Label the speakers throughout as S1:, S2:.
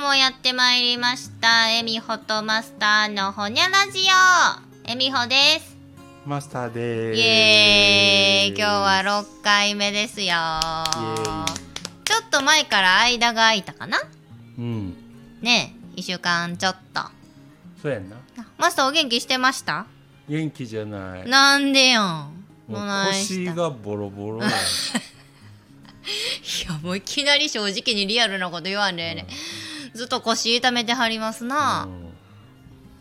S1: もやってまいりましたえみほとマスターのほにゃラジオえみほです
S2: マスターでー
S1: イ
S2: す
S1: エーイ今日は6回目ですよちょっと前から間が空いたかな
S2: イエーイうん
S1: ねえ1週間ちょっと
S2: そうやんな
S1: マスターお元気してました
S2: 元気じゃない
S1: なんでよん
S2: もう
S1: どない
S2: 腰
S1: した
S2: がボロボロ や
S1: いやもういきなり正直にリアルなこと言わんでええね、ん、ずっと腰痛めてはりますな、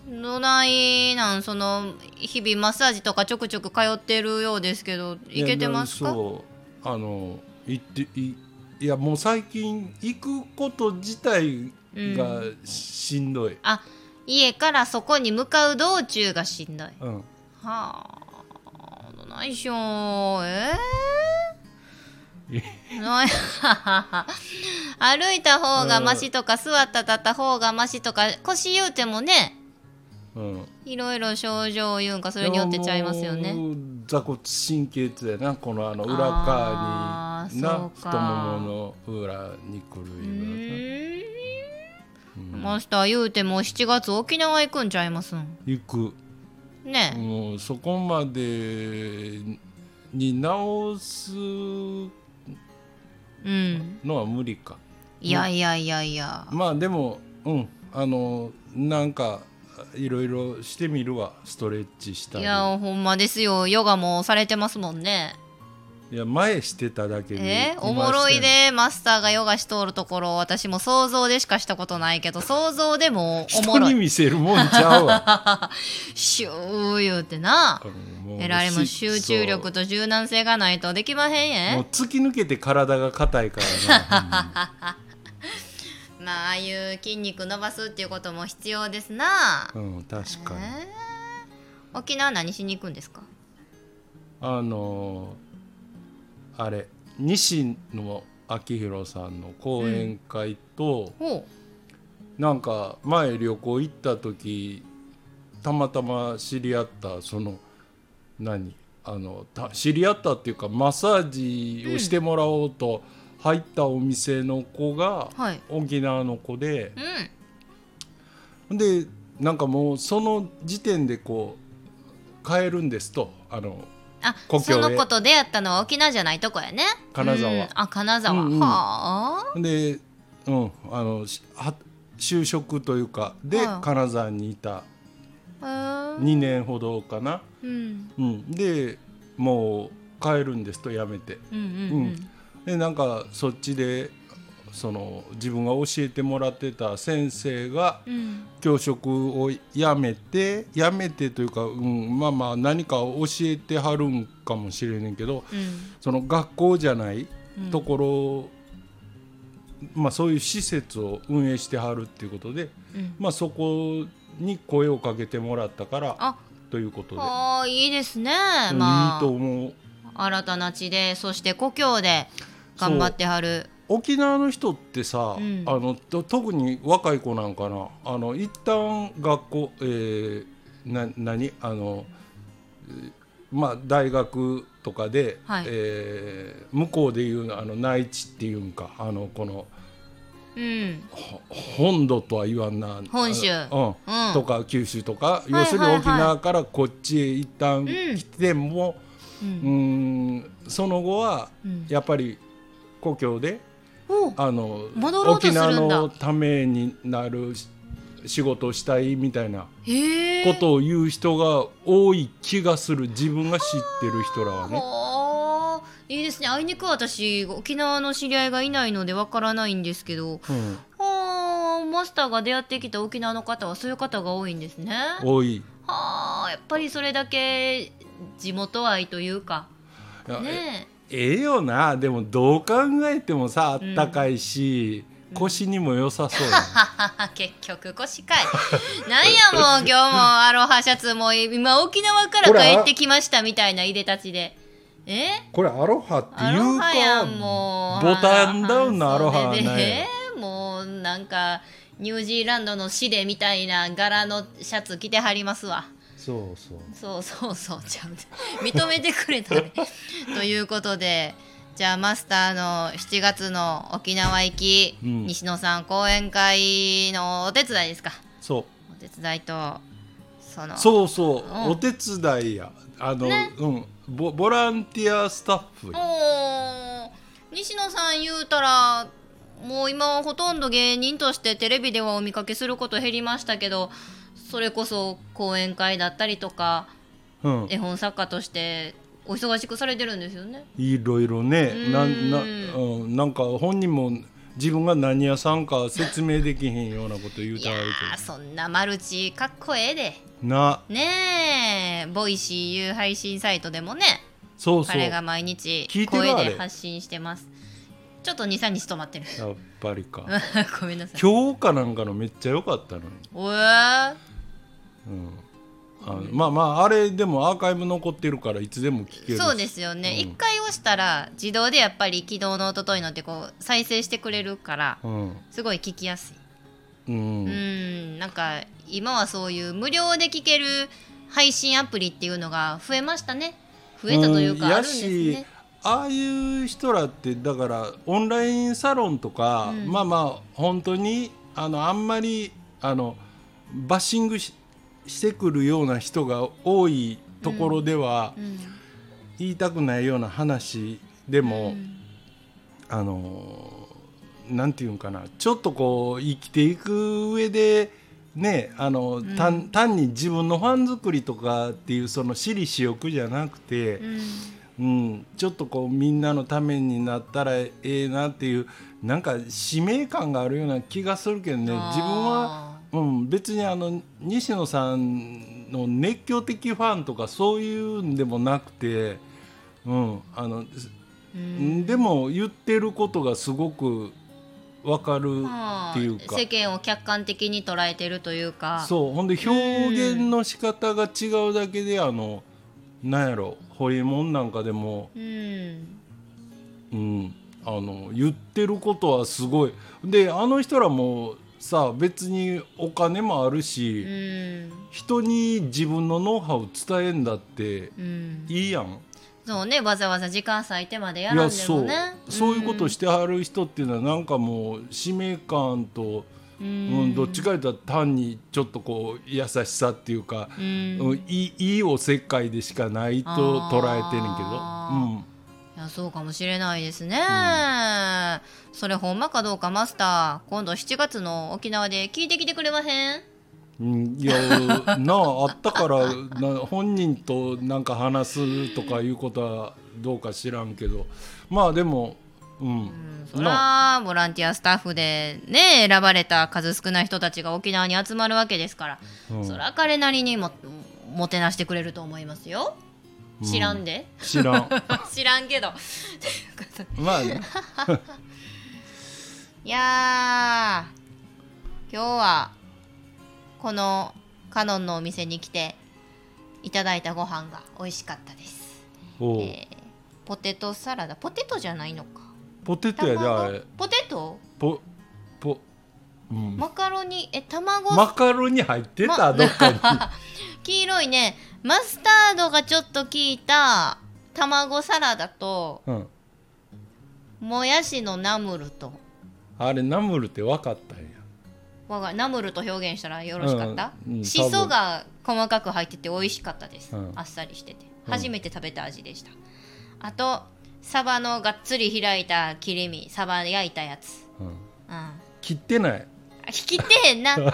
S1: どないなんその日々マッサージとかちょくちょく通ってるようですけど
S2: い
S1: 行けてますか
S2: そうあの行っていいやもう最近行くこと自体がしんどい、
S1: あ家からそこに向かう道中がしんどいは
S2: うん
S1: あどないしょええー、ない歩いた方がマシとか座った立った方がマシとか腰言うてもね
S2: うん、
S1: いろいろ症状を言うんかそれによってちゃいますよ
S2: い
S1: ね
S2: やもう座骨神経痛やなこのあの裏側
S1: あー
S2: にな
S1: そう
S2: 太
S1: か
S2: ももの裏にくる
S1: う
S2: いう
S1: ーん
S2: かな、うん
S1: マスター言うても7月沖縄行くんちゃいますん
S2: 行く
S1: ね
S2: もうそこまでに直す
S1: えうん
S2: のは無理か
S1: いやいやいやいや
S2: まあでもうんあのなんかいろいろしてみるわストレッチした
S1: い
S2: り
S1: やほんまですよヨガもされてますもんね
S2: いや前してただけで
S1: えおもろいでマスターがヨガしとるところ私も想像でしかしたことないけど想像でもおもろ
S2: 人に
S1: い
S2: 見せるもんちゃうわ
S1: シュー言うてな
S2: うんもう
S1: えらいもん
S2: し
S1: 集中力と柔軟性がないとできまへん
S2: もう
S1: え
S2: 突き抜けて体が硬いからな、
S1: まあああいう筋肉伸ばすっていうことも必要ですな
S2: うん、うん確かに、
S1: えー沖縄何しに行くんですか
S2: あのーあれ西野昭弘さんの講演会と、
S1: ほ
S2: なんか前旅行行った時たまたま知り合ったその何あのた知り合ったっていうかマッサージをしてもらおうと入ったお店の子が、
S1: うはい
S2: 沖縄の子で
S1: う、ん
S2: でなんかもうその時点でこう帰るんですとあの
S1: あ
S2: 故郷
S1: そ
S2: へ
S1: の子と出会ったのは沖縄じゃないとこやね
S2: 金沢
S1: うんあ金沢、
S2: うんうん
S1: はあ
S2: で、うん、あのしは就職というかで、
S1: はい
S2: 金沢にいた
S1: へー
S2: 2年ほどかな、
S1: うん
S2: うん、でもう帰るんですと辞めて
S1: うんうん
S2: でなんかそっちでその自分が教えてもらってた先生が
S1: うんうん
S2: 教職を辞めて辞めてというか、うん、まあまあ何か教えてはるんかもしれねんけど
S1: うん
S2: その学校じゃない
S1: うん
S2: ところ、まあ、そういう施設を運営してはるっていうことで、
S1: うん
S2: まあ、そこに声をかけてもらったから
S1: あ
S2: ということで、
S1: はあいいですね
S2: うん
S1: ま
S2: い
S1: あ
S2: いと思う
S1: 新たな地でそして故郷で頑張ってはる
S2: 沖縄の人ってさ、
S1: うん
S2: あのと特に若い子なんかなあの一旦学校、えーな何あの、えーまあ、大学とかで、
S1: はい
S2: えー向こうでいうあの内地っていうんかあのこの
S1: うん
S2: ほ本土とは言わんな
S1: 本州
S2: あのうん
S1: うん
S2: とか九州とか、
S1: いはいはい
S2: 要するに沖縄からこっちへ一旦来ても、
S1: う
S2: うんん、その後は
S1: うん
S2: やっぱり故郷で。
S1: おう
S2: あの
S1: 戻ろうと
S2: 沖
S1: するんだ
S2: 縄のためになるし仕事をしたいみたいな
S1: へえ
S2: ことを言う人が多い気がする自分が知ってる人らはね。
S1: はあいいですねあいにく私沖縄の知り合いがいないのでわからないんですけど
S2: うん、
S1: はあマスターが出会ってきた沖縄の方はそういう方が多いんですねは
S2: 多い
S1: あやっぱりそれだけ地元愛というか
S2: いや
S1: ね
S2: ええよなでもどう考えてもさあったかいし、腰にも良さそ うや
S1: え結局腰かい なんやもう今日もアロハシャツもう今沖縄から
S2: ほら
S1: 帰ってきましたみたいないでたちでえ
S2: これアロハって
S1: アロハやんもう
S2: ボタンダウンのアロハは
S1: 半袖で
S2: ね
S1: もうなんかニュージーランドのシデみたいな柄のシャツ着てはりますわ
S2: そうそう
S1: そうそうそうちゃう認めてくれたねということでじゃあマスターの7月の沖縄行き、
S2: うん
S1: 西野さん講演会のお手伝いですか
S2: そう
S1: お手伝いとその
S2: そうそう、
S1: うん
S2: お手伝いやあの、うんボボランティアスタッフや
S1: おー西野さん言うたらもう今はほとんど芸人としてテレビではお見かけすること減りましたけどそれこそ講演会だったりとか
S2: うん
S1: 絵本作家としてお忙しくされてるんですよね。
S2: いろいろねな
S1: うん
S2: な,、うん、なんか本人も自分が何屋さんか説明できへんようなこと言う
S1: い
S2: て
S1: や
S2: はる
S1: ーそんなマルチかっこええで
S2: けどな
S1: ねえボイシーいう配信サイトでもね
S2: そうそう
S1: 彼が
S2: や
S1: 毎日
S2: 聞いてるあ
S1: 声
S2: れ
S1: で発信してますちょっと23日止まってる
S2: っぱりか
S1: ごめんなさい
S2: 今日かなんかのめっちゃ良かったのに、
S1: おえ
S2: うん、あのまあまああれでもアーカイブ残ってるからいつでも聞けるし
S1: そうですよね、
S2: うん
S1: 一回押したら自動でやっぱり昨日の一昨日のってこう再生してくれるから
S2: うん
S1: すごい聞きやすい
S2: うん、
S1: うんなんか今はそういう無料で聞ける配信アプリっていうのが増えましたね増えたというか
S2: ん
S1: あるんですね
S2: やしああいう人らってだからオンラインサロンと
S1: う
S2: か、
S1: ん
S2: まあまあ本当にあのあんまりあのバッシングししてくるような人が多いところでは、
S1: うん
S2: 言いたくないような話で
S1: う
S2: も、
S1: ん
S2: あのなんていうんかなちょっとこう生きていく上でねあの、
S1: ん
S2: 単単に自分のファン作りとかっていうその私利私欲じゃなくて。
S1: うん
S2: うん、ちょっとこうみんなのためになったらええなっていうなんか使命感があるような気がするけどね自分は、
S1: あ
S2: うん、別にあの西野さんの熱狂的ファンとかそういうんでもなくて、うんあの
S1: ーうん
S2: でも言ってることがすごくわかるっていうか。
S1: 世間を客観的に捉えてるというか
S2: そうほんで表現の仕方が違うだけであのなんやろホリエモンなんかでも
S1: う、ん、
S2: うん、あの言ってることはすごいであの人らもさ別にお金もあるし、
S1: うん
S2: 人に自分のノウハウ伝えんだって
S1: うん、
S2: いいやん
S1: そうねわざわざ時間割いてまでや
S2: い
S1: ら
S2: や
S1: んでも
S2: そう
S1: ね
S2: そういうことしてはる人っていうのはなんかもう使命感と、
S1: うん、
S2: うんどっちか言ったら単にちょっとこう優しさっていうか、
S1: うん
S2: うん
S1: い
S2: いいいいおせっかいでしかないと捉えてんねんけ
S1: あ
S2: ど。うん
S1: やそうかもしれないですね、それほんまかどうかマスター今度7月の沖縄で聞いてきてくれません
S2: うんいやなああったから な本人となんか話すとかいうことはどうか知らんけどまあでもうん、
S1: そ
S2: なあ
S1: らボランティアスタッフでね選ばれた数少ない人たちが沖縄に集まるわけですから、
S2: うん
S1: そら彼なりにももてなしてくれると思いますよ知らんで、
S2: 知らん
S1: 知らんけど
S2: まあね
S1: いやー今日はこのカノンのお店に来ていただいたご飯が美味しかったです、
S2: おう
S1: えーポテトサラダポテトじゃないのか
S2: ポテトやであれ
S1: 卵ポテト
S2: ポポ、うん、
S1: マカロニえ卵
S2: マカロニ入ってた、どっかに
S1: 黄色いねマスタードがちょっと効いた卵サラダと
S2: うん、
S1: もやしのナムルと
S2: あれナムルって分かったんや
S1: わがナムルと表現したらよろしかった、
S2: うんうん
S1: しそが細かく入ってて美味しかったです、
S2: うん
S1: あっさりしてて
S2: うん
S1: 初めて食べた味でした、あとサバのがっつり開いた切り身サバ焼いたやつ、
S2: うん、
S1: うん、あ
S2: 切ってない、
S1: 引きてへ んな開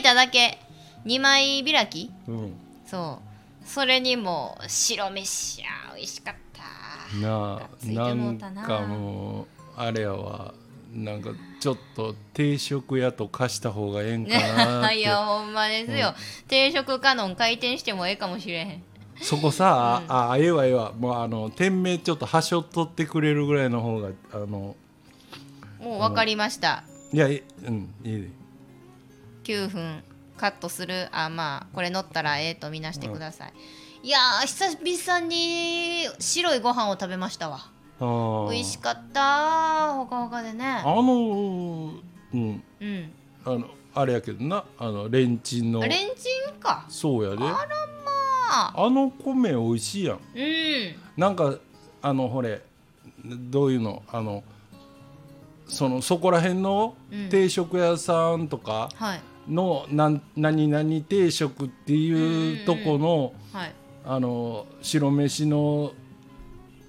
S1: いただけ2枚開き
S2: うん、
S1: そうそれにもう白飯あー美味しかった
S2: なあ
S1: つい
S2: な
S1: てもうんたな
S2: かもうあれやわなんかちょっと定食屋と貸した方がええんかなって
S1: いやほんまですよ、定食カノン回転してもええかもしれへん
S2: そこさ、ああええわええわもうあの店名ちょっと端折っとってくれるぐらいの方があの
S1: もう分かりました、
S2: いやえうんいいで
S1: 9分カットするあまあこれ乗ったらええとみなしてください、いやー久々に白いご飯を食べましたわ
S2: ああ
S1: 美味しかったーほかほかでね
S2: あのうん
S1: うん
S2: あのあれやけどなあのレンチンの
S1: あレンチンか
S2: そうやであ
S1: まあ
S2: の米美味しいやん
S1: うん
S2: なんかあのほれどういうのあのそのそこら辺の定食屋さんとか
S1: はい
S2: の、なん何々定食っていうとこの,、
S1: はい
S2: あの白飯の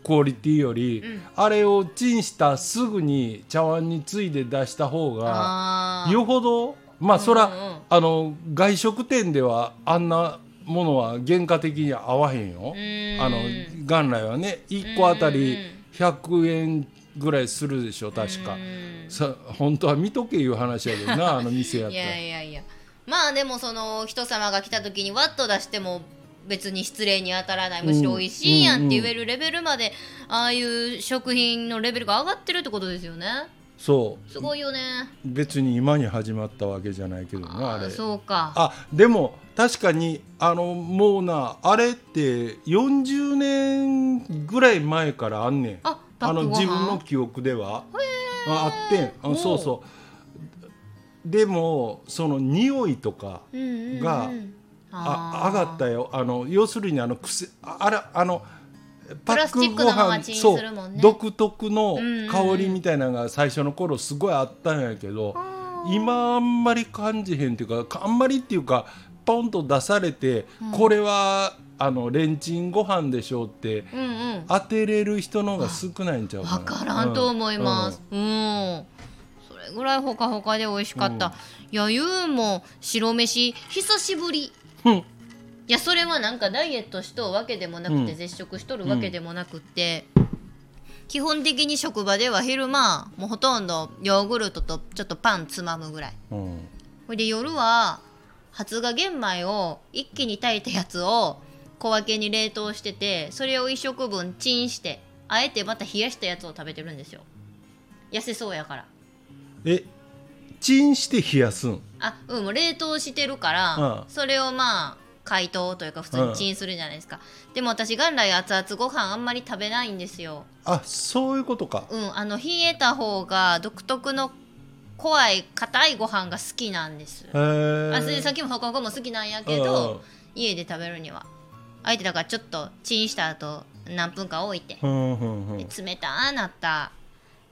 S2: クオリティより、
S1: うん
S2: あれをチンしたすぐに茶碗についで出した方が
S1: あー
S2: よほどまあそら、
S1: うんうん
S2: あの外食店ではあんなものは原価的に合わへんよ。
S1: うん
S2: あの元来はね1個あた
S1: うん
S2: り
S1: うん
S2: 100円ぐらいするでしょ確か
S1: うん
S2: さ本当は見とけいう話やけど なあの店やっ
S1: い
S2: たら
S1: やいやいやまあでもその人様が来た時にワッと出しても別に失礼に当たらないむしろ美味しいやんって言えるレベルまでああいう食品のレベルが上がってるってことですよね
S2: そう
S1: すごいよね
S2: 別に今に始まったわけじゃないけどなあ
S1: あ
S2: れ
S1: そうか
S2: あでも確かにあのもうなあれって40年ぐらい前からあんねん
S1: あパ
S2: あ
S1: ック
S2: の
S1: ご飯
S2: 自分の記憶ではああってん
S1: お
S2: あ
S1: う
S2: そうそうでもその匂いとか
S1: うんうんうん
S2: があ上がったよあの要するにあのくせああらあのパ
S1: プラ
S2: ッ
S1: スチ
S2: ク
S1: ック
S2: ご
S1: のまま
S2: 飯
S1: チン
S2: そ
S1: するもんね
S2: う独特の
S1: うんうん
S2: 香りみたいなのが最初の頃すごいあったんやけど、
S1: あー
S2: 今あんまり感じへんっていうかあんまりっていうかポンと出されて、これはあのレンチンご飯でしょうって
S1: うんうん
S2: 当てれる人の方が少ないんちゃうかな
S1: 分からんと思います、うんそれぐらいほかほかで美味しかった、
S2: うん
S1: いやゆうも白飯久しぶり
S2: うんうん
S1: いやそれはなんかダイエットしとうわけでもなくて、
S2: うん
S1: 絶食しとるわけでもなくって、基本的に職場では昼間もうほとんどヨーグルトとちょっとパンつまむぐらい
S2: うん
S1: ほいで夜は発芽玄米を一気に炊いたやつを小分けに冷凍しててそれを一食分チンしてあえてまた冷やしたやつを食べてるんですよ痩せそうやから
S2: えチンして冷やすん
S1: あうんもう冷凍してるから、
S2: うん
S1: それをまあ解凍というか普通にチンするじゃないですか、でも私元来熱々ご飯あんまり食べないんですよ
S2: あそういうことか
S1: うんあの冷えた方が独特の怖い硬いご飯が好きなんです、
S2: へー
S1: あそれでさっきもほかほかも好きなんやけ
S2: うん
S1: ど家で食べるにはあえてだからちょっとチンした後何分か置いて
S2: うんうんうん
S1: で冷たーなった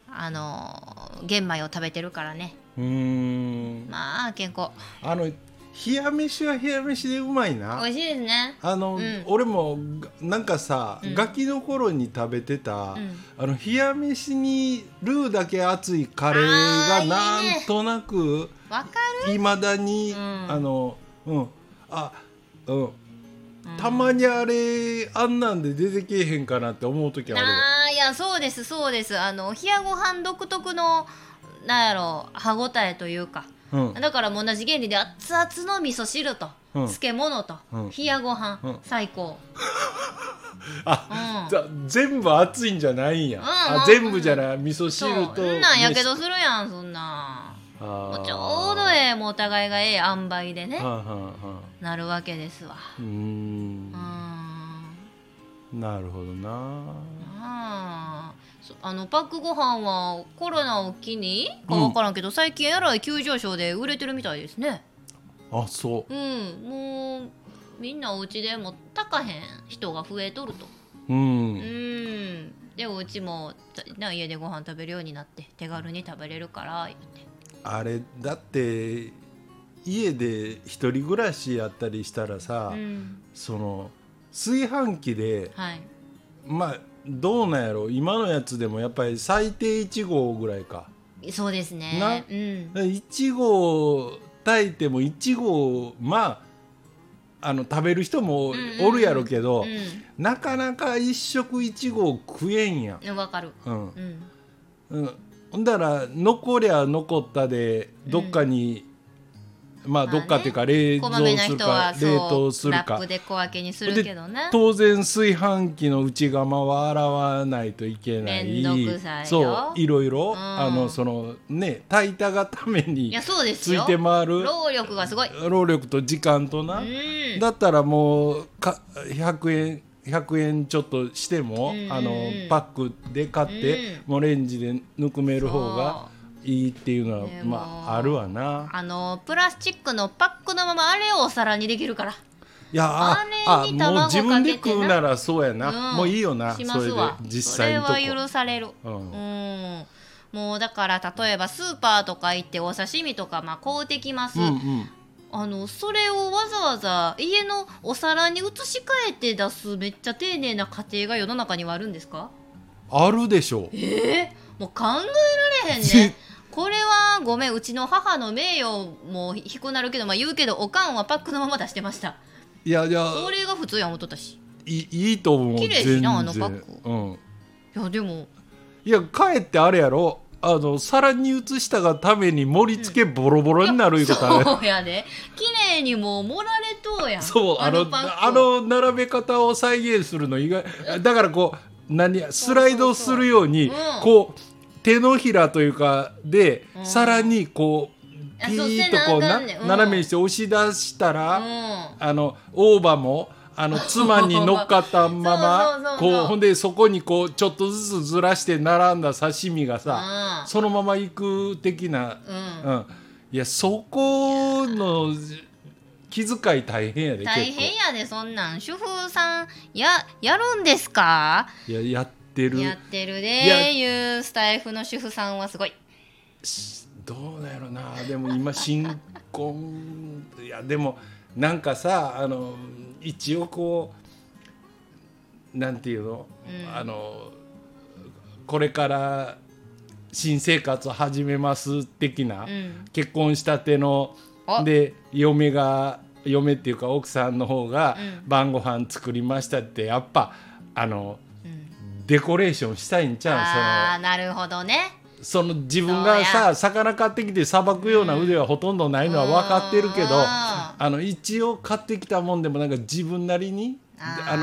S1: あのー玄米を食べてるからね
S2: うーん
S1: まあ健康
S2: あの冷や飯は冷や飯でうまいな
S1: 美味しいですね
S2: あの、
S1: うん
S2: 俺もがなんかさ、
S1: うん
S2: ガキの頃に食べてた、
S1: うん
S2: あの冷や飯にルーだけ熱いカレー
S1: あ
S2: が
S1: ーいいね
S2: なんとなく
S1: わか
S2: いまだに、
S1: うん
S2: あのうんあうん
S1: る
S2: たまにあれあんなんで出てけえへんかなって思う時あるわ
S1: なあいやそうですそうですあの冷やご飯独特のなんやろ歯ごたえというか
S2: うん
S1: だからもう同じ原理で熱々の味噌汁と、
S2: うん
S1: 漬物と、
S2: うん
S1: 冷やご飯、
S2: うん
S1: 最 高う
S2: あ、
S1: ん
S2: じゃ全部熱いんじゃないんや、
S1: うん
S2: あ
S1: うん
S2: 全部じゃない味噌
S1: そう
S2: 汁と
S1: そんなんやけどするやんそんなんも
S2: も
S1: うちょうどええもうお互いがええ塩梅でね
S2: はあ、はあはあ
S1: なるわけですわ
S2: うーん
S1: うーん
S2: なるほどな
S1: あーそあのパックご飯はコロナを機にか分からんけど、最近やらい急上昇で売れてるみたいですね
S2: あそ
S1: うんもうみんなお家でも高へん人が増えとると
S2: ううん、
S1: うんでお家もたな家でご飯食べるようになって手軽に食べれるから言って
S2: あれだって家で一人暮らしやったりしたらさ、
S1: うん
S2: その炊飯器で
S1: はい
S2: まあどうなんやろ今のやつでもやっぱり最低1合ぐらいか
S1: そうですねう
S2: な
S1: ん
S2: 1合炊いても1合まああの食べる人もおるやろけど、
S1: う
S2: なかなか1食1合食えんやん、
S1: んわかる
S2: う
S1: う
S2: ん
S1: ん
S2: うん、ほんだら残りゃ残ったでどっかに、まあ
S1: まあね
S2: どっかっていうか冷
S1: こ
S2: 蔵
S1: まめな
S2: する
S1: 人
S2: か
S1: はそう
S2: 冷凍する
S1: ラッ
S2: か
S1: プで小分けにするけどね
S2: 当然炊飯器の内釜は洗わないといけない
S1: めんどくさいよ
S2: そういろいろ、
S1: ん
S2: あのそのね炊いたがため
S1: い
S2: に
S1: やそうです
S2: つい
S1: よ
S2: て回る
S1: 労力がすごい
S2: 労力と時間とな、
S1: うん
S2: だったらもうか100円100円ちょっとしても、
S1: うんうん
S2: あのパックで買って、もうレンジでぬくめる方がいいっていうのは、
S1: ね
S2: ま
S1: もう
S2: ああるわな
S1: あのプラスチックのパックのままあれをお皿にできるから
S2: いやあ
S1: あれ
S2: あ
S1: に
S2: もう
S1: 卵かけ
S2: 自
S1: てな
S2: 分で食うならそうやな、
S1: うん
S2: もういいよなそ
S1: します
S2: れで
S1: わ
S2: 実際のと
S1: それは許
S2: こ
S1: される
S2: う
S1: うんん、もうだから例えばスーパーとか行ってお刺身とかまあ買うてきます、
S2: うんうん
S1: あのそれをわざわざ家のお皿に移し替えて出すめっちゃ丁寧な家庭が世の中にはあるんですか
S2: あるでしょう
S1: えー、もう考えられへん
S2: ぜ
S1: ね これはごめんうちの母の名誉も低くなるけどまあ言うけどおかんはパックのまま出してました
S2: いやいや
S1: それが普通やん思っとったし
S2: いいいいと思う
S1: 綺麗
S2: 全
S1: し
S2: 然
S1: なあのパッ
S2: うん、
S1: いやでも
S2: いやかえってあれやろあの皿に移したがために盛り付けボロボロになるいうことある、
S1: そうやで綺麗にもう盛られとうやん
S2: そうあの
S1: パック
S2: あの並べ方を再現するの意外だからこう何やスライドするように
S1: そうそうそううん
S2: こう手のひらというかで
S1: うん
S2: さらにこう
S1: あ
S2: ピ
S1: そう
S2: ーッとこう
S1: せなあか
S2: な
S1: んねんうん
S2: 斜めにして押し出した
S1: う
S2: ら
S1: ん
S2: あの大葉もあの妻に乗っかったまま
S1: そうそうそうそう
S2: こうほんでそこにこうちょっとずつずらして並んだ刺身がさ
S1: うん
S2: そのままいく的な
S1: うん
S2: うん、いやそこの気遣い大変やで
S1: 大
S2: 結構
S1: 変やでそんなん主婦さんややるんですか
S2: いややってる
S1: やってる
S2: いや
S1: でいうスタイフの主婦さんはすごい
S2: どうなんやろなでも今新婚いやでもなんかさあの一応こうなんていうの,、あのこれから新生活を始めます的な、
S1: ん
S2: 結婚したての
S1: あ
S2: で嫁が嫁っていうか奥さんの方が晩ご飯作りましたってやっぱあの、デコレーションしたいんちゃうその
S1: ああなるほどね
S2: その自分が
S1: そう
S2: さ魚買ってきてさばくような腕はほとんどないのは分かってるけど、
S1: うん
S2: あの一応買ってきたもんでもなんか自分なりに
S1: ああ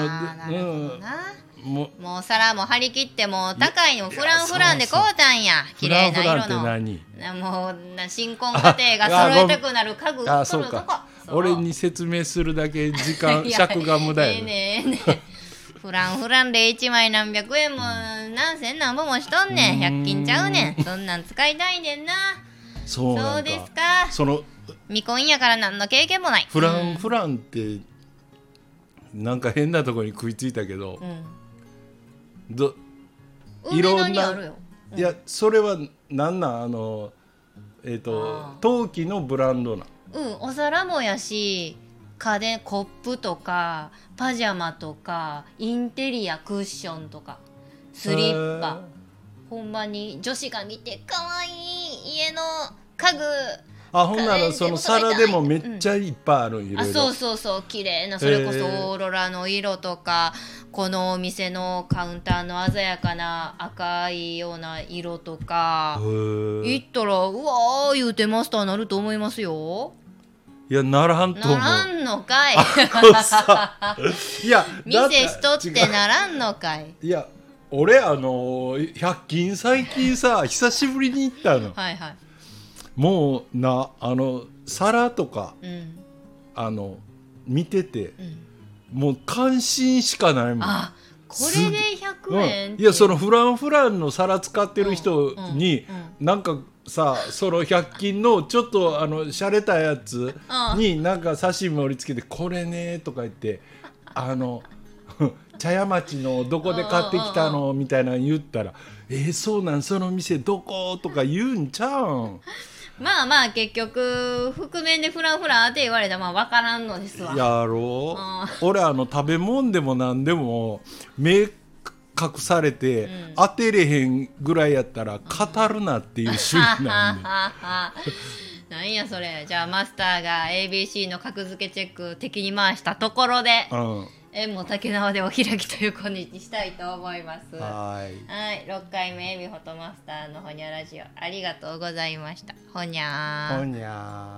S1: な
S2: で
S1: るほどな、
S2: うん、もう
S1: もう皿も張り切ってもう高いのフランフランで
S2: そう
S1: 買
S2: そう
S1: うたんや
S2: フ
S1: 綺
S2: ラ
S1: 麗
S2: ンフ
S1: な
S2: ラン
S1: 色
S2: って
S1: の
S2: 何
S1: なもうな新婚家庭が揃えたくなる家具売っとるとこ
S2: あそうか
S1: そう
S2: 俺に説明するだけ時 間
S1: いや
S2: 尺が無駄
S1: ええ
S2: や
S1: ね
S2: ね
S1: ええねフランフランで1枚何百円も何千何本もしとんねん
S2: うーん
S1: 100均ちゃうねんそんなん使いたいねんな
S2: そう
S1: そ
S2: な
S1: うん
S2: か
S1: ですか
S2: その
S1: 未婚やから何の経験もない
S2: フラ
S1: ン
S2: ンフランってなんか変なとこに食いついたけど
S1: う、ん
S2: ど
S1: うん、
S2: い
S1: い
S2: ろん
S1: ろ
S2: な
S1: あるよ
S2: いやそれはなんなんあのえっ、と
S1: あー
S2: 陶器のブランドなん
S1: うんお皿もやし家電コップとかパジャマとかインテリアクッションとかスリッパほんまに女子が見てかわいい家の家具
S2: あほんな
S1: 家電
S2: ら
S1: で
S2: その
S1: も届いた
S2: 皿でもめっちゃいっぱいあるんいろ
S1: あ
S2: い
S1: そ
S2: ろ
S1: うそうそう綺麗なそれこ
S2: へ
S1: そ
S2: ー
S1: オーロラの色とか、このお店のカウンターの鮮やかな赤いような色とか、
S2: へえ
S1: 行ったらうわー言うてマスターなると思いますよ
S2: いやならんと思う
S1: ならんのかい
S2: いやだって
S1: 店しとって
S2: 違う
S1: ならんのかい
S2: いや俺あのー100均最近さ久しぶりに行ったの
S1: はいはい
S2: もうなあの皿とか
S1: うん
S2: あの見てて
S1: うん
S2: もう感心しかないもん
S1: あこれで100円
S2: う
S1: っ
S2: ん
S1: て
S2: いやそのフランフランの皿使ってる人に、
S1: うんうん
S2: なんかさその100均のちょっとあの洒落たやつになんか刺身盛り付けて「これね」とか言ってあの 茶屋町のどこで買ってきたのみたいなの言ったら「えーそうなんその店どこ?」とか言うんちゃうん
S1: まあまあ結局覆面でフランフランって言われたらまあ分からんのですわ
S2: やろう俺あの食べ物でも何でも目隠されて、当てれへんぐらいやったら語るなっていう主義なん で
S1: なんやそれじゃあマスターが ABC の格付けチェック敵に回したところで
S2: うん
S1: 縁も竹縄でお開きということにしたいと思いますは
S2: はーい
S1: い6回目エビホトマスターのホニャラジオありがとうございましたほにゃー
S2: ほにゃー